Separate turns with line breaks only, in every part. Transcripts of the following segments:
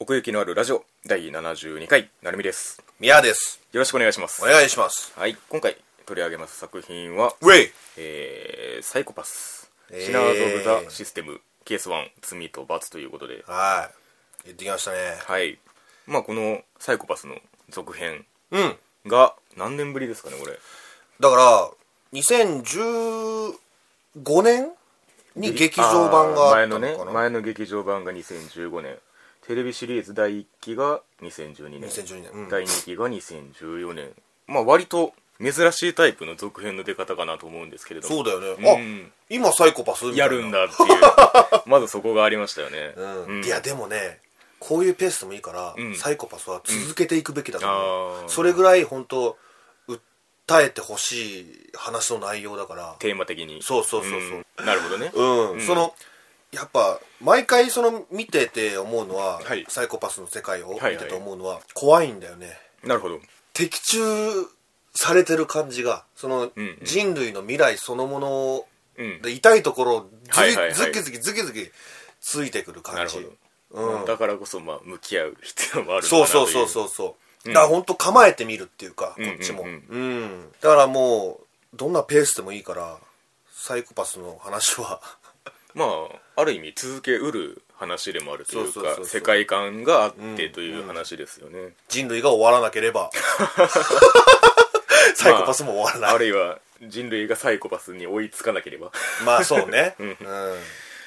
奥行きのあるラジオ第72回なるみです
宮です。
よろしくお願いします
お願いします。
はい今回取り上げます作品は、
ウェイ
えー、サイコパス、
えー
シナーズ・オブ・ザ・システムケース1罪と罰ということで
はい。言ってきましたね。
はいまあこのサイコパスの続編
うん。
が何年ぶりですかねこれ
だから、2015年に劇場版があ
前
った
の
の
ね
かな、
前の劇場版が2015年テレビシリーズ第1期が2012年
2012年。うん。
第2期が2014年まあ割と珍しいタイプの続編の出方かなと思うんですけれども
そうだよ
う
ね。
ん
あ、今サイコパスみたいな
やるん。だ っていうまずそこがありましたよね
う
うん
ん。いや、でもね、こういうペースでもいいから、
ん
サイコパスは続けていくべきだと思う。
あー
それぐらい本当訴えてほしい話の内容だから。
テーマ的に
そうそうそうそ
う
う
んなるほどね
うん、
うん
そのやっぱ毎回その見てて思うのは、
はい
サイコパスの世界を見
はい
てて思うのは、怖いんだよね
なるほど
的中されてる感じがその、
んうん
人類の未来そのもの
うん
で痛いところをず,、
はいはいはい
ずきずきずきずきついてくる
な
感
る
じ
ほ
うん
どだからこそまあ向き合う必要もあるのか
そ
な
うそうそう
う
そうそう、
ん
だから本当構えてみるっていうか、
んうんうん
こっちもうんだからもうどんなペースでもいいからサイコパスの話は
まあある意味続けうる話でもあるという
そうそうそう
か
そう
世界観があってという話ですよね
人類が終わらなけ ればサイコパスも終わらない、
あるいは人類がサイコパスに追いつかなければ
まあそうねうん、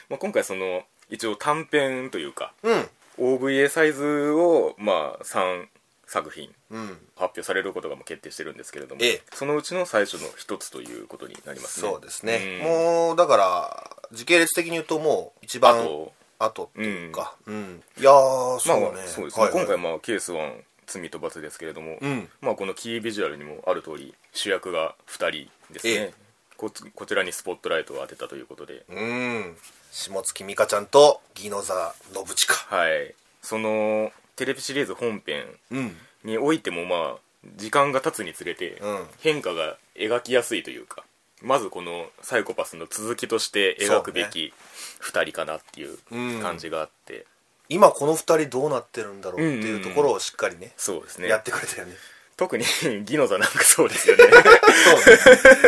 まあ、今回その一応短編というか
うん
OVA サイズをまあ3作品
うん、
発表されることがもう決定してるんですけれども、
ええ
そのうちの最初の一つということになりますね
そうですね、
うん
もうだから時系列的に言うともう一
あ
番
と
後
う
と
ん
か、うんいやー
ま
そ
あ
うね、
そうですね
はいはい
今回まあケース1罪と罰ですけれども、
うん
まあこのキービジュアルにもある通り主役が2人ですね、
ええ
こつこちらにスポットライトを当てたということで
うん下月美香ちゃんと宜野座信近
はいそのテレビシリーズ本編
うん
においてもまあ時間が経つにつれて
うん
変化が描きやすいというか、まずこのサイコパスの続きとして描くべき2人かなっていう
うん
感じがあって
今この二人どうなってるんだろうっていうところをしっかりね、
そうですね
やってくれたよね
特に ギノザなんかそうですよね
そ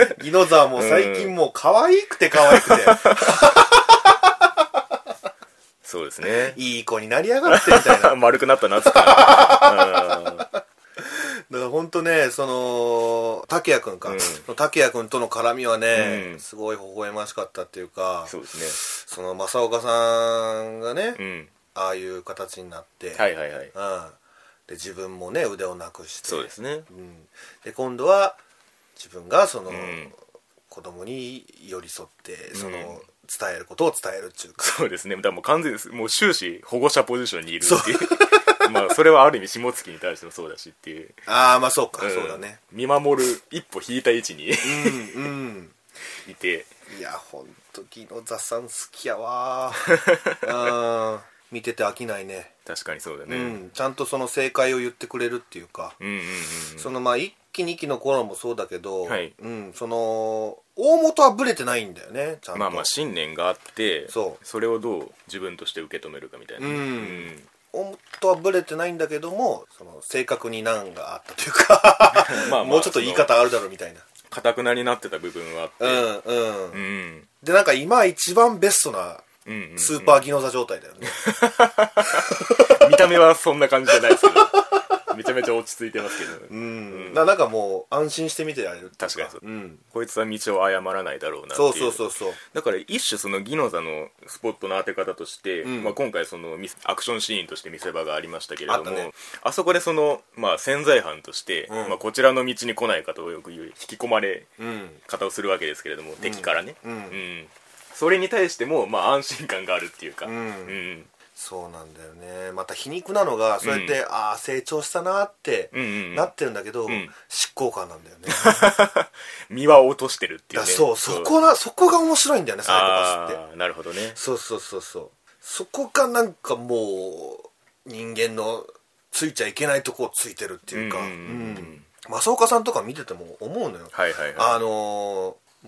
うね。ギノザも最近もう可愛くて可愛く て、
そうですね
いい子になりやがってみたい な。だか
丸くなったなっつった
らほんとね、その、竹谷くんか。
うん
その竹谷くんとの絡みはね、
うん
すごい微笑ましかったっていう か、
そうです
その、正岡さんがね、
ねうん
ああいう形になって、
はいはいはい
うん。で、自分もね、腕をなくして、
そうですね
うん。で、今度は、自分がその、
ん
子供に寄り添って、その、
うん
伝えることを伝えるっていうか、
そうですねだからもう完全ですもう終始保護者ポジションにいるっていう まあそれはある意味下月に対してもそうだしっていう
ああ、まあそうか、
ん
そうだね。
見守る一歩引いた位置に
うんうん
いて
いやほんとギノザさん好き やわーうん見てて飽きないね、
確かにそうだ
う
ね、
ん、ちゃんとその正解を言ってくれるっていうか、
うんうんうん
そのまあ一期二期の頃もそうだけど、
はい
うん、その大元はブレてないんだよねちゃんと、
まあまあ信念があって
そう
れをどう自分として受け止めるかみたいな、
うん
うん
大元はブレてないんだけどもその正確に難があったというか
まあ
もうちょっと言い方あるだろうみたいな
かたくなになってた部分はあって、
うんう
う
ん、
ん
でなんか今一番ベストな
うんうんうん
スーパーギノザ状態だよね、
見た目はそんな感じじゃないですけ どめちゃめちゃ落ち着いてますけど、
うん、ななんかもう安心して見てられるっていう
確かにそう
うん、
こいつは道を誤らないだろうなってい
そううそうそうそう
だから一種そのギノザのスポットの当て方として、
ん
まあ、今回そのミスアクションシーンとして見せ場がありましたけれども
あ
あ,、
ったね
そこでその、まあ、潜在犯として、
うん
まあ、こちらの道に来ないかとよく言う引き込まれ
うん
方をするわけですけれども、敵からね、
うん
んそれに対しても、まあ、安心感があるっていうか、
うん
うん
そうなんだよねまた皮肉なのがそうやって、ああ成長したなって
うんうん
なってるんだけど、
ん
執行官なんだよね
身は落としてるって
い
いう
や
ね
そうそこなそこが面白いんだよねサイコパスって
あーなるほどね
そうそうそうそうそこがなんかもう人間のついちゃいけないとこをついてるっていうか
うんうんうんうん
うん正岡さんとか見てても思うのよ、
はいはいはい
あのー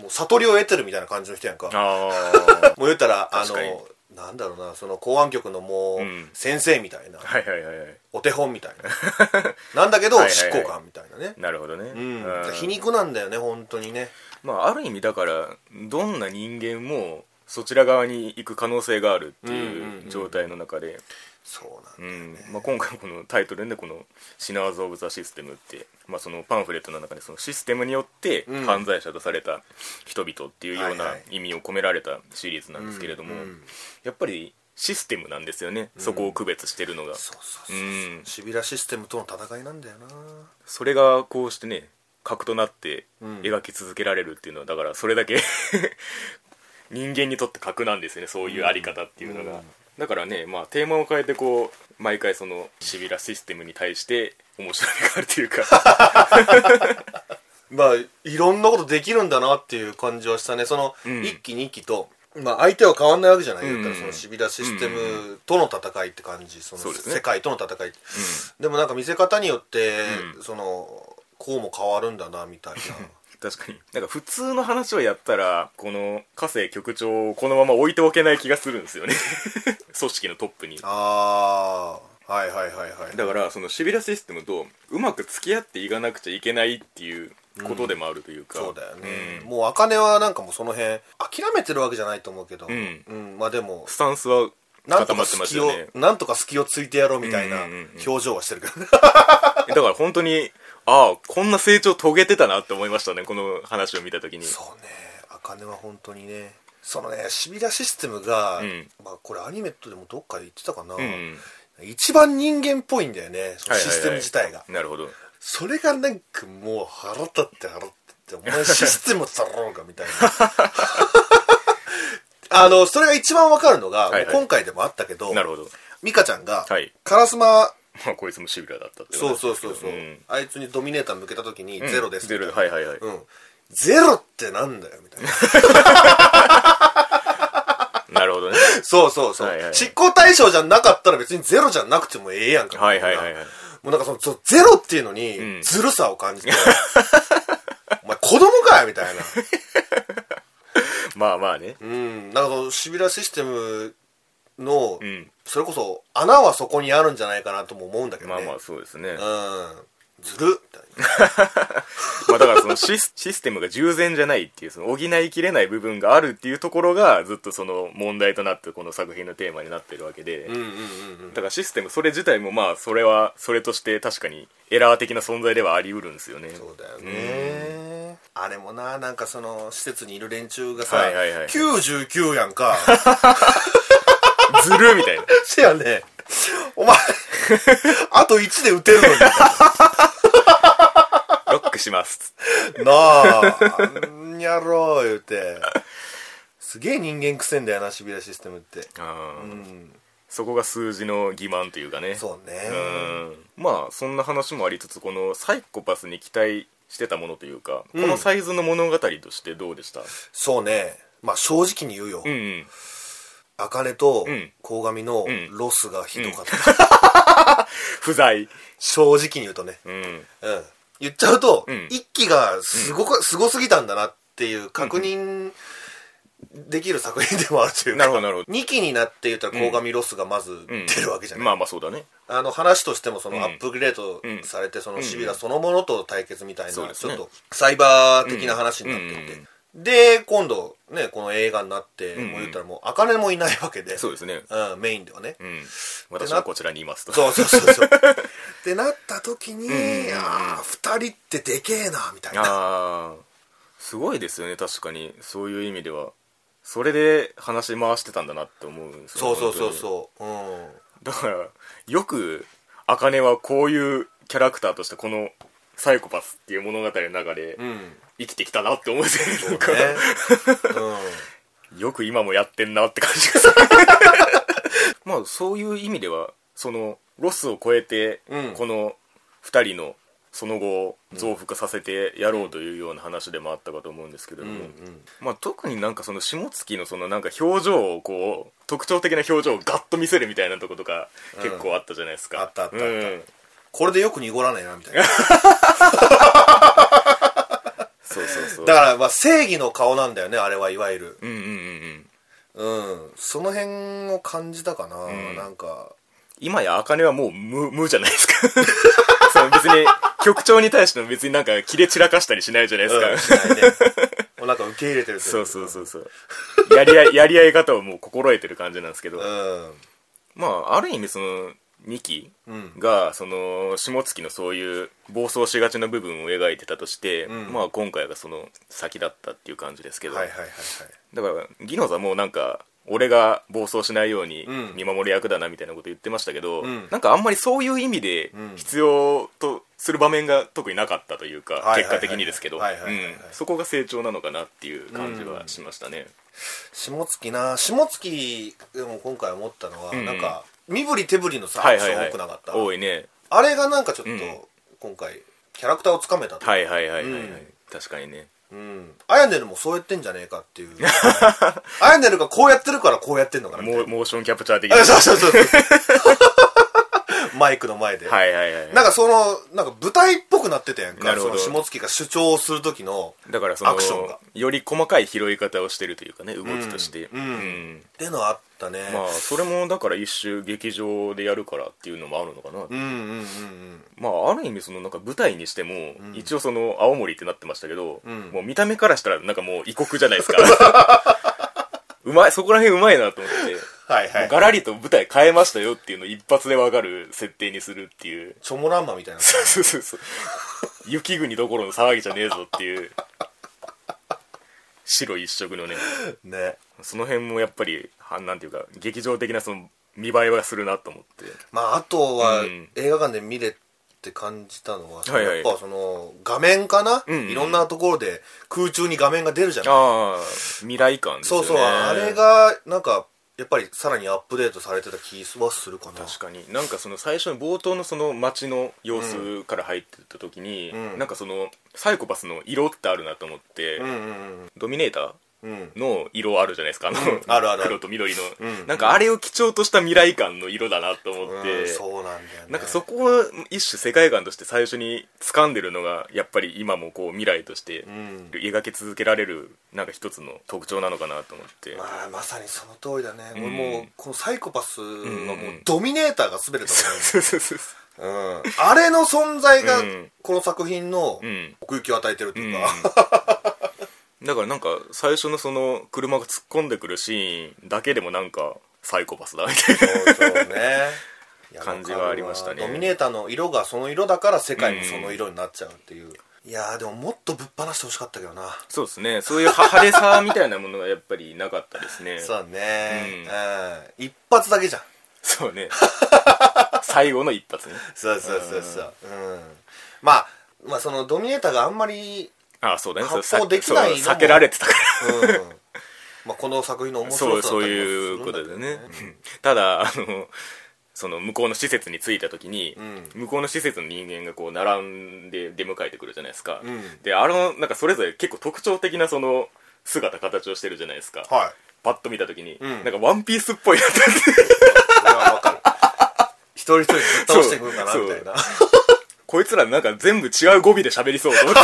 もう悟りを得てるみたいな感じの人やんか
あー
もう言ったらあ
確かに
のなんだろうなその公安局のもう、
うん
先生みたいな
はいはいはいはい
お手本みたい ななんだけど
はいはいは
執
い
行官みたいなね
なるほどね、
う
うん
ん皮肉なんだよね本当にね
まあある意味だからどんな人間もそちら側に行く可能性があるって
うんうん
いううん状態の中で、
そう
う
なんんだ、
まあ、今回このタイトルでねこの「シナーズ・オブ・ザ・システム」って、まあ、そのパンフレットの中でそのシステムによって
うん
犯罪者とされた人々っていうよう
はい
な
はい
意味を込められたシリーズなんですけれども、
うんうん
やっぱりシステムなんですよね、そこを区別してるのが
そうそうそう
うん
シビラシステムとの戦いなんだよな
それがこうしてね核となって
うん
描き続けられるっていうのはだからそれだけ 人間にとって核なんですよねそういうあり方っていうのが、
うん
だからねまあテーマを変えてこう毎回そのシビラシステムに対して面白いがあるという か
まあいろんなことできるんだなっていう感じはしたねその、
ん
一期二期とまあ相手は変わんないわけじゃない、
うん
だからそのシビラシステムとの戦いって感じその
そうですね
世界との戦い、でもなんか見せ方によって、
う
そのこうも変わるんだなみたいな
確かになんか普通の話をやったらこの加瀬局長をこのまま置いておけない気がするんですよね 組織のトップに
ああはいはいはいはい
だからそのシビラシステムとうまく付き合っていかなくちゃいけないっていうことでもあるというか、
そうだよね、
うん
もう茜はなんかもうその辺諦めてるわけじゃないと思うけど、
うん
うんまあでも
スタンスは
な
固
んとか
まってました
隙
よ
を、
ね
なんとか隙をついてやろうみたいな
うんうんうん
表情はしてるけど、
だから本当にああこんな成長遂げてたなって思いましたねこの話を見た時に
そうね茜は本当にねそのねシビラシステムが、
うん
まあ、これアニメとでもどっかで言ってたかな、
うん
一番人間っぽいんだよねその
はいはいはい
システム自体が、
なるほど
それがなんかもう腹立って腹立って お前システムだろうがみたいな あのそれが一番わかるのが、
はいはい
今回でもあったけど
なるほど
美香ちゃんが、
はい
カラスマ
まあこいつもシビラだったってこ
そ
と
う
です
そ
けど
うそうそう、
ん
あいつにドミネーター向けた時にゼロですみ
ゼ
たいな
ロはいはいはい、
うん、ゼロってなんだよみたいな
なるほどね
そうそうそう、
はいはい
執行対象じゃなかったら別にゼロじゃなくてもええやんか
はいはいはいはい
もうなんかそのそうゼロっていうのに
うん
ずるさを感じ て、お前子供かよみたいな
まあまあね
うんなんかそのシビラシステムの、
うん
それこそ穴はそこにあるんじゃないかなとも思うんだけど
まあ
ね
まあそうですね、
うんずるみたいな
まあだからそのシスシステムが従前じゃないっていうその補いきれない部分があるっていうところがずっとその問題となってこの作品のテーマになってるわけで、
うんうんうんうん
だからシステムそれ自体もまあそれはそれとして確かにエラー的な存在ではあり得るんですよ ね
そうだよねあれもななんかその施設にいる連中がさ、
はいはいはい
99やんか
ずるみたいな
せやねお前あと1で打てるのに
ロックします
なあ、あんやろう言うて。すげえ人間くせんだよな、シビラシステムって。
あー
うん。
そこが数字の欺瞞というかね
そうね。
うんまあそんな話もありつつこのサイコパスに期待してたものというか、
うん
このサイズの物語としてどうでした
そうね。まあ正直に言うよ
う。んうん
あかねと
うん
鴻上の
うん
ロスがひどかった。
不在
正直に言うとね。
うん
うん。言っちゃうと
うん、
一期がすごく、すごすぎたんだなっていう確認できる作品でもあるという
な
か。
るほどなるほど
2期になって言ったら鴻上ロスがまず出るわけじゃない
まあまあそうだね
あの話としてもその
うん
アップグレードされてそのシビラそのものと対決みたい
そう
な
で
ち
す
ょ
ね
っとサイバー的な話になっていてで今度ねこの映画になって
うん
もう言ったらもう茜もいないわけで
そうですね
うんメインではね
うん私はこちらにいますと
そうそうそ うそうってなった時に
んうん
ああ2人ってでけえなみたいな
ああすごいですよね確かにそういう意味ではそれで話し回してたんだなって思うんですよ
そうそうそ
本
うそううん
当にだからよく茜はこういうキャラクターとしてこのサイコパスっていう物語の中で
うん
生きてきたなって思うんですよ
そ
ね
うね
なんか
うん
よく今もやってんなって感じがするまあそういう意味ではそのロスを超えて、
うん
この2人のその後を増幅させてやろうというような話でもあったかと思うんですけれども、
うん うん
まあ、特になんかその下月のそのなんか表情をこう特徴的な表情をガッと見せるみたいなとことか
ん
結構あったじゃないですか、
あったあったあった
うん
これでよく濁らないなみたいな
そうそうそう
だからまあ正義の顔なんだよねあれはいわゆる
うんうんうんうん
うんその辺を感じたかな、
ん
なんか
今や茜はもう無無じゃないですか その別に局長に対しても別になんか切れ散らかしたりしないじゃないですか、
うんしないね もうなんか受け入れてるとい
そうそうそうそうやり合いやり合い方をもう心得てる感じなんですけど、
うん
まあある意味その2期
うん
がその下月のそういう暴走しがちな部分を描いてたとして、
うん
まあ今回がその先だったっていう感じですけど、
はいはいはいはい
だからギノザもうなんか俺が暴走しないように
うん
見守る役だなみたいなこと言ってましたけど、
うん
なんかあんまりそういう意味で
うん
必要とする場面が特になかったというか、
はいはいはい
結果的にですけどう
はいはいはいはい
んそこが成長なのかなっていう感じはしましたね、
下月な下月でも今回思ったのは、
うんうん
なんか身振り手振りのさ、
はいはいは
アクション
い
多くなかった
多いね
あれがなんかちょっと、
うん
今回キャラクターをつかめたと、
はいはいはいはい、はい
うん
確かにね
うんアヤネルもそうやってんじゃねえかっていうアヤネルがこうやってるからこうやってんのかなみたい
モ
な
ーモーションキャプチャー的な
あそうそうそうそうマイクの前 で、
はいはいはい
なんかそのなんか舞台っぽくなってたやん
な
か
る
そ
ほ
の
ど
下月が主張をする時の
だからその
アクションが
より細かい拾い方をしてるというかね動きとして、
うん
うん
ってのはあったね、
まあそれもだから一周劇場でやるからっていうのもあるのかな、
うんうんうん
まあある意味そのなんか舞台にしても、一応その青森ってなってましたけど、
ん
もう見た目からしたらなんかもう異国じゃないですか うまいそこら辺うまいなと思って、
はいは
も
いう
ガラリと舞台変えましたよっていうのを一発でわかる設定にするっていう
チョモランマみたいな
そうそうそうそう雪国どころの騒ぎじゃねえぞっていう白一色のね
ね
その辺もやっぱりはなんていうか劇場的なその見栄えはするなと思って
まああとは
うん
映画館で見れって感じたのは、
はいはい
やっぱその画面かな、
うんうん
いろんなところで空中に画面が出るじゃない
ああ未来感です
そ
よ
う
ね
そうあれがなんかやっぱりさらにアップデートされてた気はするかな
確かになんかその最初の冒頭のその街の様子から入ってった時に、
うん
なんかそのサイコパスの色ってあるなと思って、
うんうん
ドミネータ
うんうん
ーの色あるじゃないですかあの、
あるある
黒と緑の、
うん
なんかあれを基調とした未来感の色だなと思って、
うんそうなんだよね
なんかそこを一種世界観として最初に掴んでるのがやっぱり今もこう未来として
うん
描き続けられるなんか一つの特徴なのかなと思って、
まあまさにその通りだね、
ん
俺もうこのサイコパスはも
ん
う
うん
ドミネーターが全てだと
そうそうそうそ
思う、うん、あれの存在が
うん
この作品の
ううん
奥行きを与えてるというか、
だからなんか最初のその車が突っ込んでくるシーンだけでもなんかサイコパスだみたい
そうそう ねいや
感じはありましたね
わかるわドミネーターの色がその色だから世界もその色になっちゃうっていう、いやーでももっとぶっ放してほしかったけどな
そうですねそういう派手さみたいなものがやっぱりなかったですね
そうだね、
う
うん一発だけじゃん
そうね最後の一発ね
そうそうそうそううんまあまあそのドミネーターがあんまり、
ああそうだね
発
そう
砲できないのも
そう避けられてたから
うんまあ、この作品の面
そ
白
う
さ
そ
だ
う
ったりも
いうこ
す
と
る
で
んだけど
ね ただあのその向こうの施設に着いた時に、
う
向こうの施設の人間がこう並んで出迎えてくるじゃないですか、
うん
であのなんかそれぞれ結構特徴的なその姿形をしてるじゃないですか、
はい
パッと見た時に、
ん
なんかワンピースっぽいなって
これはわかる一人一人ぶっ倒していくんかな
そう
みたいな
こいつらなんか全部違う語尾で喋りそうと思って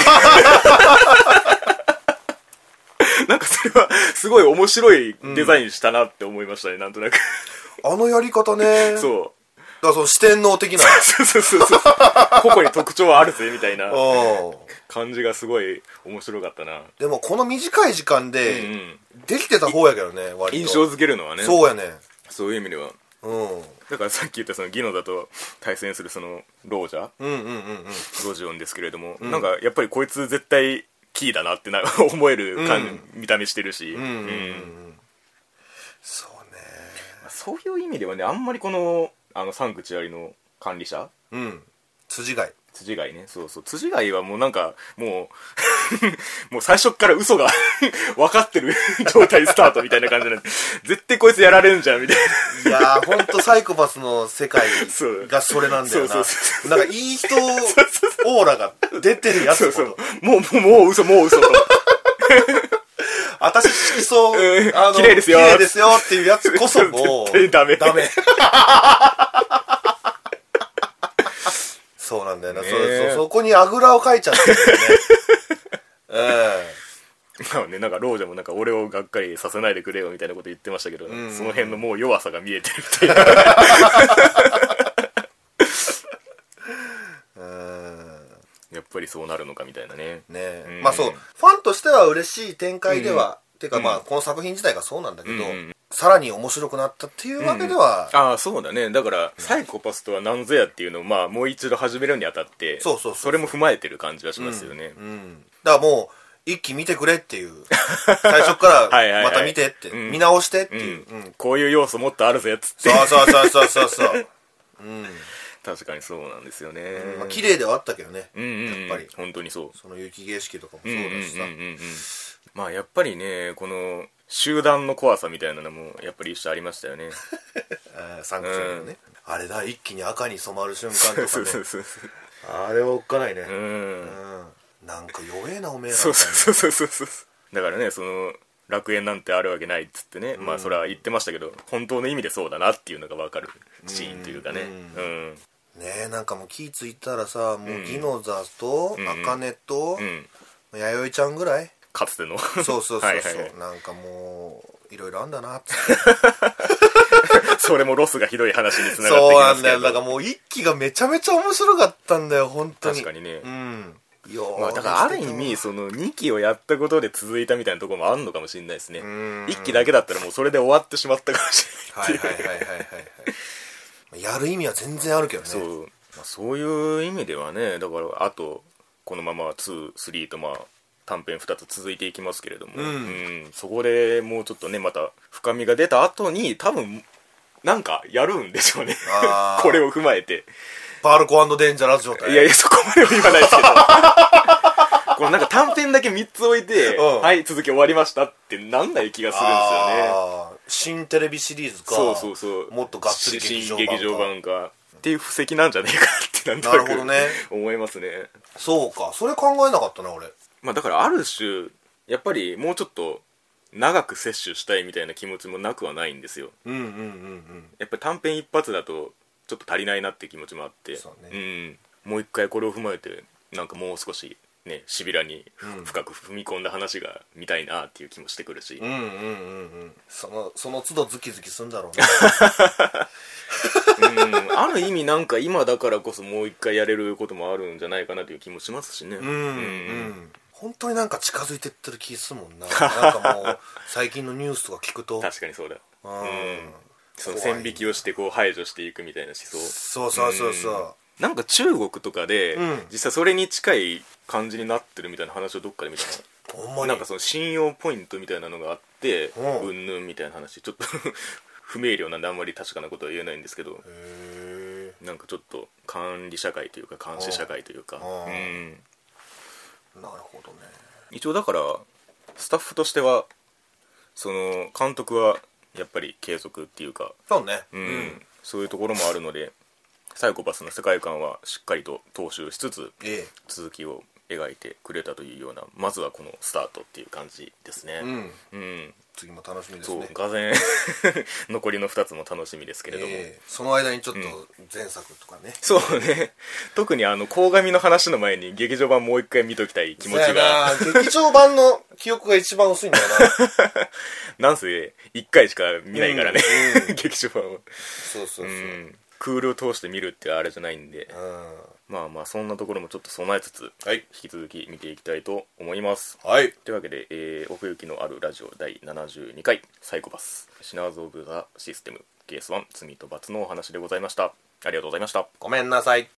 なんかそれはすごい面白いデザインしたなって思いましたね、なんとなく
あのやり方ねだか
そう
らその四天王的な
そうそうそうそう個々に特徴はあるぜみたいな
うん
感じがすごい面白かったな、
でもこの短い時間
う
で
ん、
できてた方やけどね割と
印象づけるのはね
そうやね
そういう意味では
うん
だからさっき言ったそのギノだと対戦するそのロージャ
うんうんうんうん
ロジオンですけれども、なんかやっぱりこいつ絶対キーだなってな 思える感じ見た目してるし、
うんうんうんう
うん
んそうね
そういう意味ではねあんまりこのあのサンクチュアリの管理者
うん辻貝
辻貝ねそうそう辻貝はもうなんかもう もう最初っから嘘が 分かってる 状態スタートみたいな感じなんで絶対こいつやられるんじゃんみたい
いやーほんとサイコパスの世界
そう
がそれなんだよな
そうそ
なんかいい人オーラが出てるや
なそ
つ
うそう
ほど
もうもうもう嘘もう嘘と
私色相
うん
あの
綺麗ですよ
綺麗ですよっていうやつこそもう
絶対ダメ
ダメそうなんだよな、
ね
そうそうそこにあぐらをかいちゃってるんだよねうん
そうねなんか老女もなんか俺をがっかりさせないでくれよみたいなこと言ってましたけど、
ん
その辺のもう弱さが見えてるっていう
うん
やっぱりそうなるのかみたいなね
ねえ
うん
まあそうファンとしては嬉しい展開では、ていうかまあ
うん
この作品自体がそうなんだけど、
うんうん
さらに面白くなったっていうわけでは、
ああそうだねだからサイコパスとは何ぞやっていうのをまあもう一度始めるにあたって
そうそうそう
れも踏まえてる感じはしますよね、
うんだからもう一気見てくれっていう最初 か
はいはいは
ら
い
また見てって
うん
見直してっていう、
う
うんん
こういう要素もっとあるぜっつって
そうそうそうそうそう そう、うん
確かにそうなんですよね、
まあ綺麗ではあったけどね、
うんうんうん、
やっぱり
本当にそう
その雪景色とかもそ
うん
う
うんうん
だしさ、
うんうんまあやっぱりねこの集団の怖さみたいなのもやっぱり一緒ありましたよね
えーサンクチュアリのね、あれだ一気に赤に染まる瞬間とか、ね、
そうそうそうそう
あれはおっかないね、
う
うん
ん
なんか弱えなおめえらみたい
そう
な
そうそうそうそうそうだからねその楽園なんてあるわけないっつってね、まあそれは言ってましたけど本当の意味でそうだなっていうのが分かるシーンというかねうん
ねえなんかもう気ぃついたらさもうギノザと
うん
アカネと
うん、
弥生ちゃん ぐらい
かつての
そうそうそうそう、
はいはいはい
なんかもういろいろあんだな って
それもロスがひどい話につながってき
そう
ま
な
す
ん
けど
だよだからもう一期がめちゃめちゃ面白かったんだよ本当に
確かにね
うんよ
まあ、だからある意味その2期をやったことで続いたみたいなところもあるのかもしれないですね
ん
1期だけだったらもうそれで終わってしまったかもしれな
はい
っ
い
て
はいいうはいはいはいはいやる意味は全然あるけどね
そう、まあ、そういう意味ではねだからあとこのまま23とまあ短編2つ続いていきますけれども、
ん
うそこでもうちょっとねまた深みが出た後に多分なんかやるんでしょうね
あー
これを踏まえて
パールコデンジャラス状態
いやいや、そこまでは言わないですけど。 このなんか短編だけ3つ置いて、
うん
はい、続き終わりましたってなんない気がするんですよね。
あー新テレビシリーズか
そうそうそう。
もっとがっつり劇場版か
新劇場版か。っていう布石なんじゃねえかってなんとなく
なるほどね
思いますね。
そうかそれ考えなかったな俺
まあだからある種、やっぱりもうちょっと長く摂取したいみたいな気持ちもなくはないんですよ。
うんうんうんうん
やっぱり短編一発だとちょっと足りないなって気持ちもあって
そう
うん、もう一回これを踏まえてなんかもう少しねシビラに
うん
深く踏み込んだ話が見たいなっていう気もしてくるし、
うんうんうんうんそのその都度ズキズキすんだろうね
うんある意味なんか今だからこそもう一回やれることもあるんじゃないかなという気もしますしね
うんうん、
うん
本当になんか近づいてってる気するもんななんかもう最近のニュースとか聞くと
確かにそうだ
うん
うんその
怖い
線引きをしてこう排除していくみたいな思想
そうそうそうそ
なんか中国とかで、
うん
実際それに近い感じになってるみたいな話をどっかで見たな
うほんまに
なんかその信用ポイントみたいなのがあって
うん
うんぬんみたいな話ちょっと 不明瞭なんであんまり確かなことは言えないんですけど
へえ
なんかちょっと管理社会というか監視社会というか、
うん
うん、
なるほどね
一応だからスタッフとしてはその監督はやっぱり継続っていうか、
そうね
うんそういうところもあるのでサイコパスの世界観はしっかりと踏襲しつつ
え
続きを描いてくれたというようなまずはこのスタートっていう感じですね
えうん
うん
次も楽しみです
そう
ね
がぜん 残りの2つも楽しみですけれども、
ええその間にちょっと前作とかね、
そうね特にあの鴻上の話の前に劇場版もう一回見ときたい気持ち
そや
が
な劇場版の記憶が一番薄いんだよ な
なんせ1回しか見ないからね、
うんうん
劇場版を、
そうそうそう、う
うんん、クールを通して見るってあれじゃないんで、まあまあそんなところもちょっと備えつつ、
はい
引き続き見ていきたいと思います
はい
というわけで、えー奥行きのあるラジオ第72回サイコパスシナーズ・オブ・ザ・システムケース1罪と罰のお話でございましたありがとうございました
ごめんなさい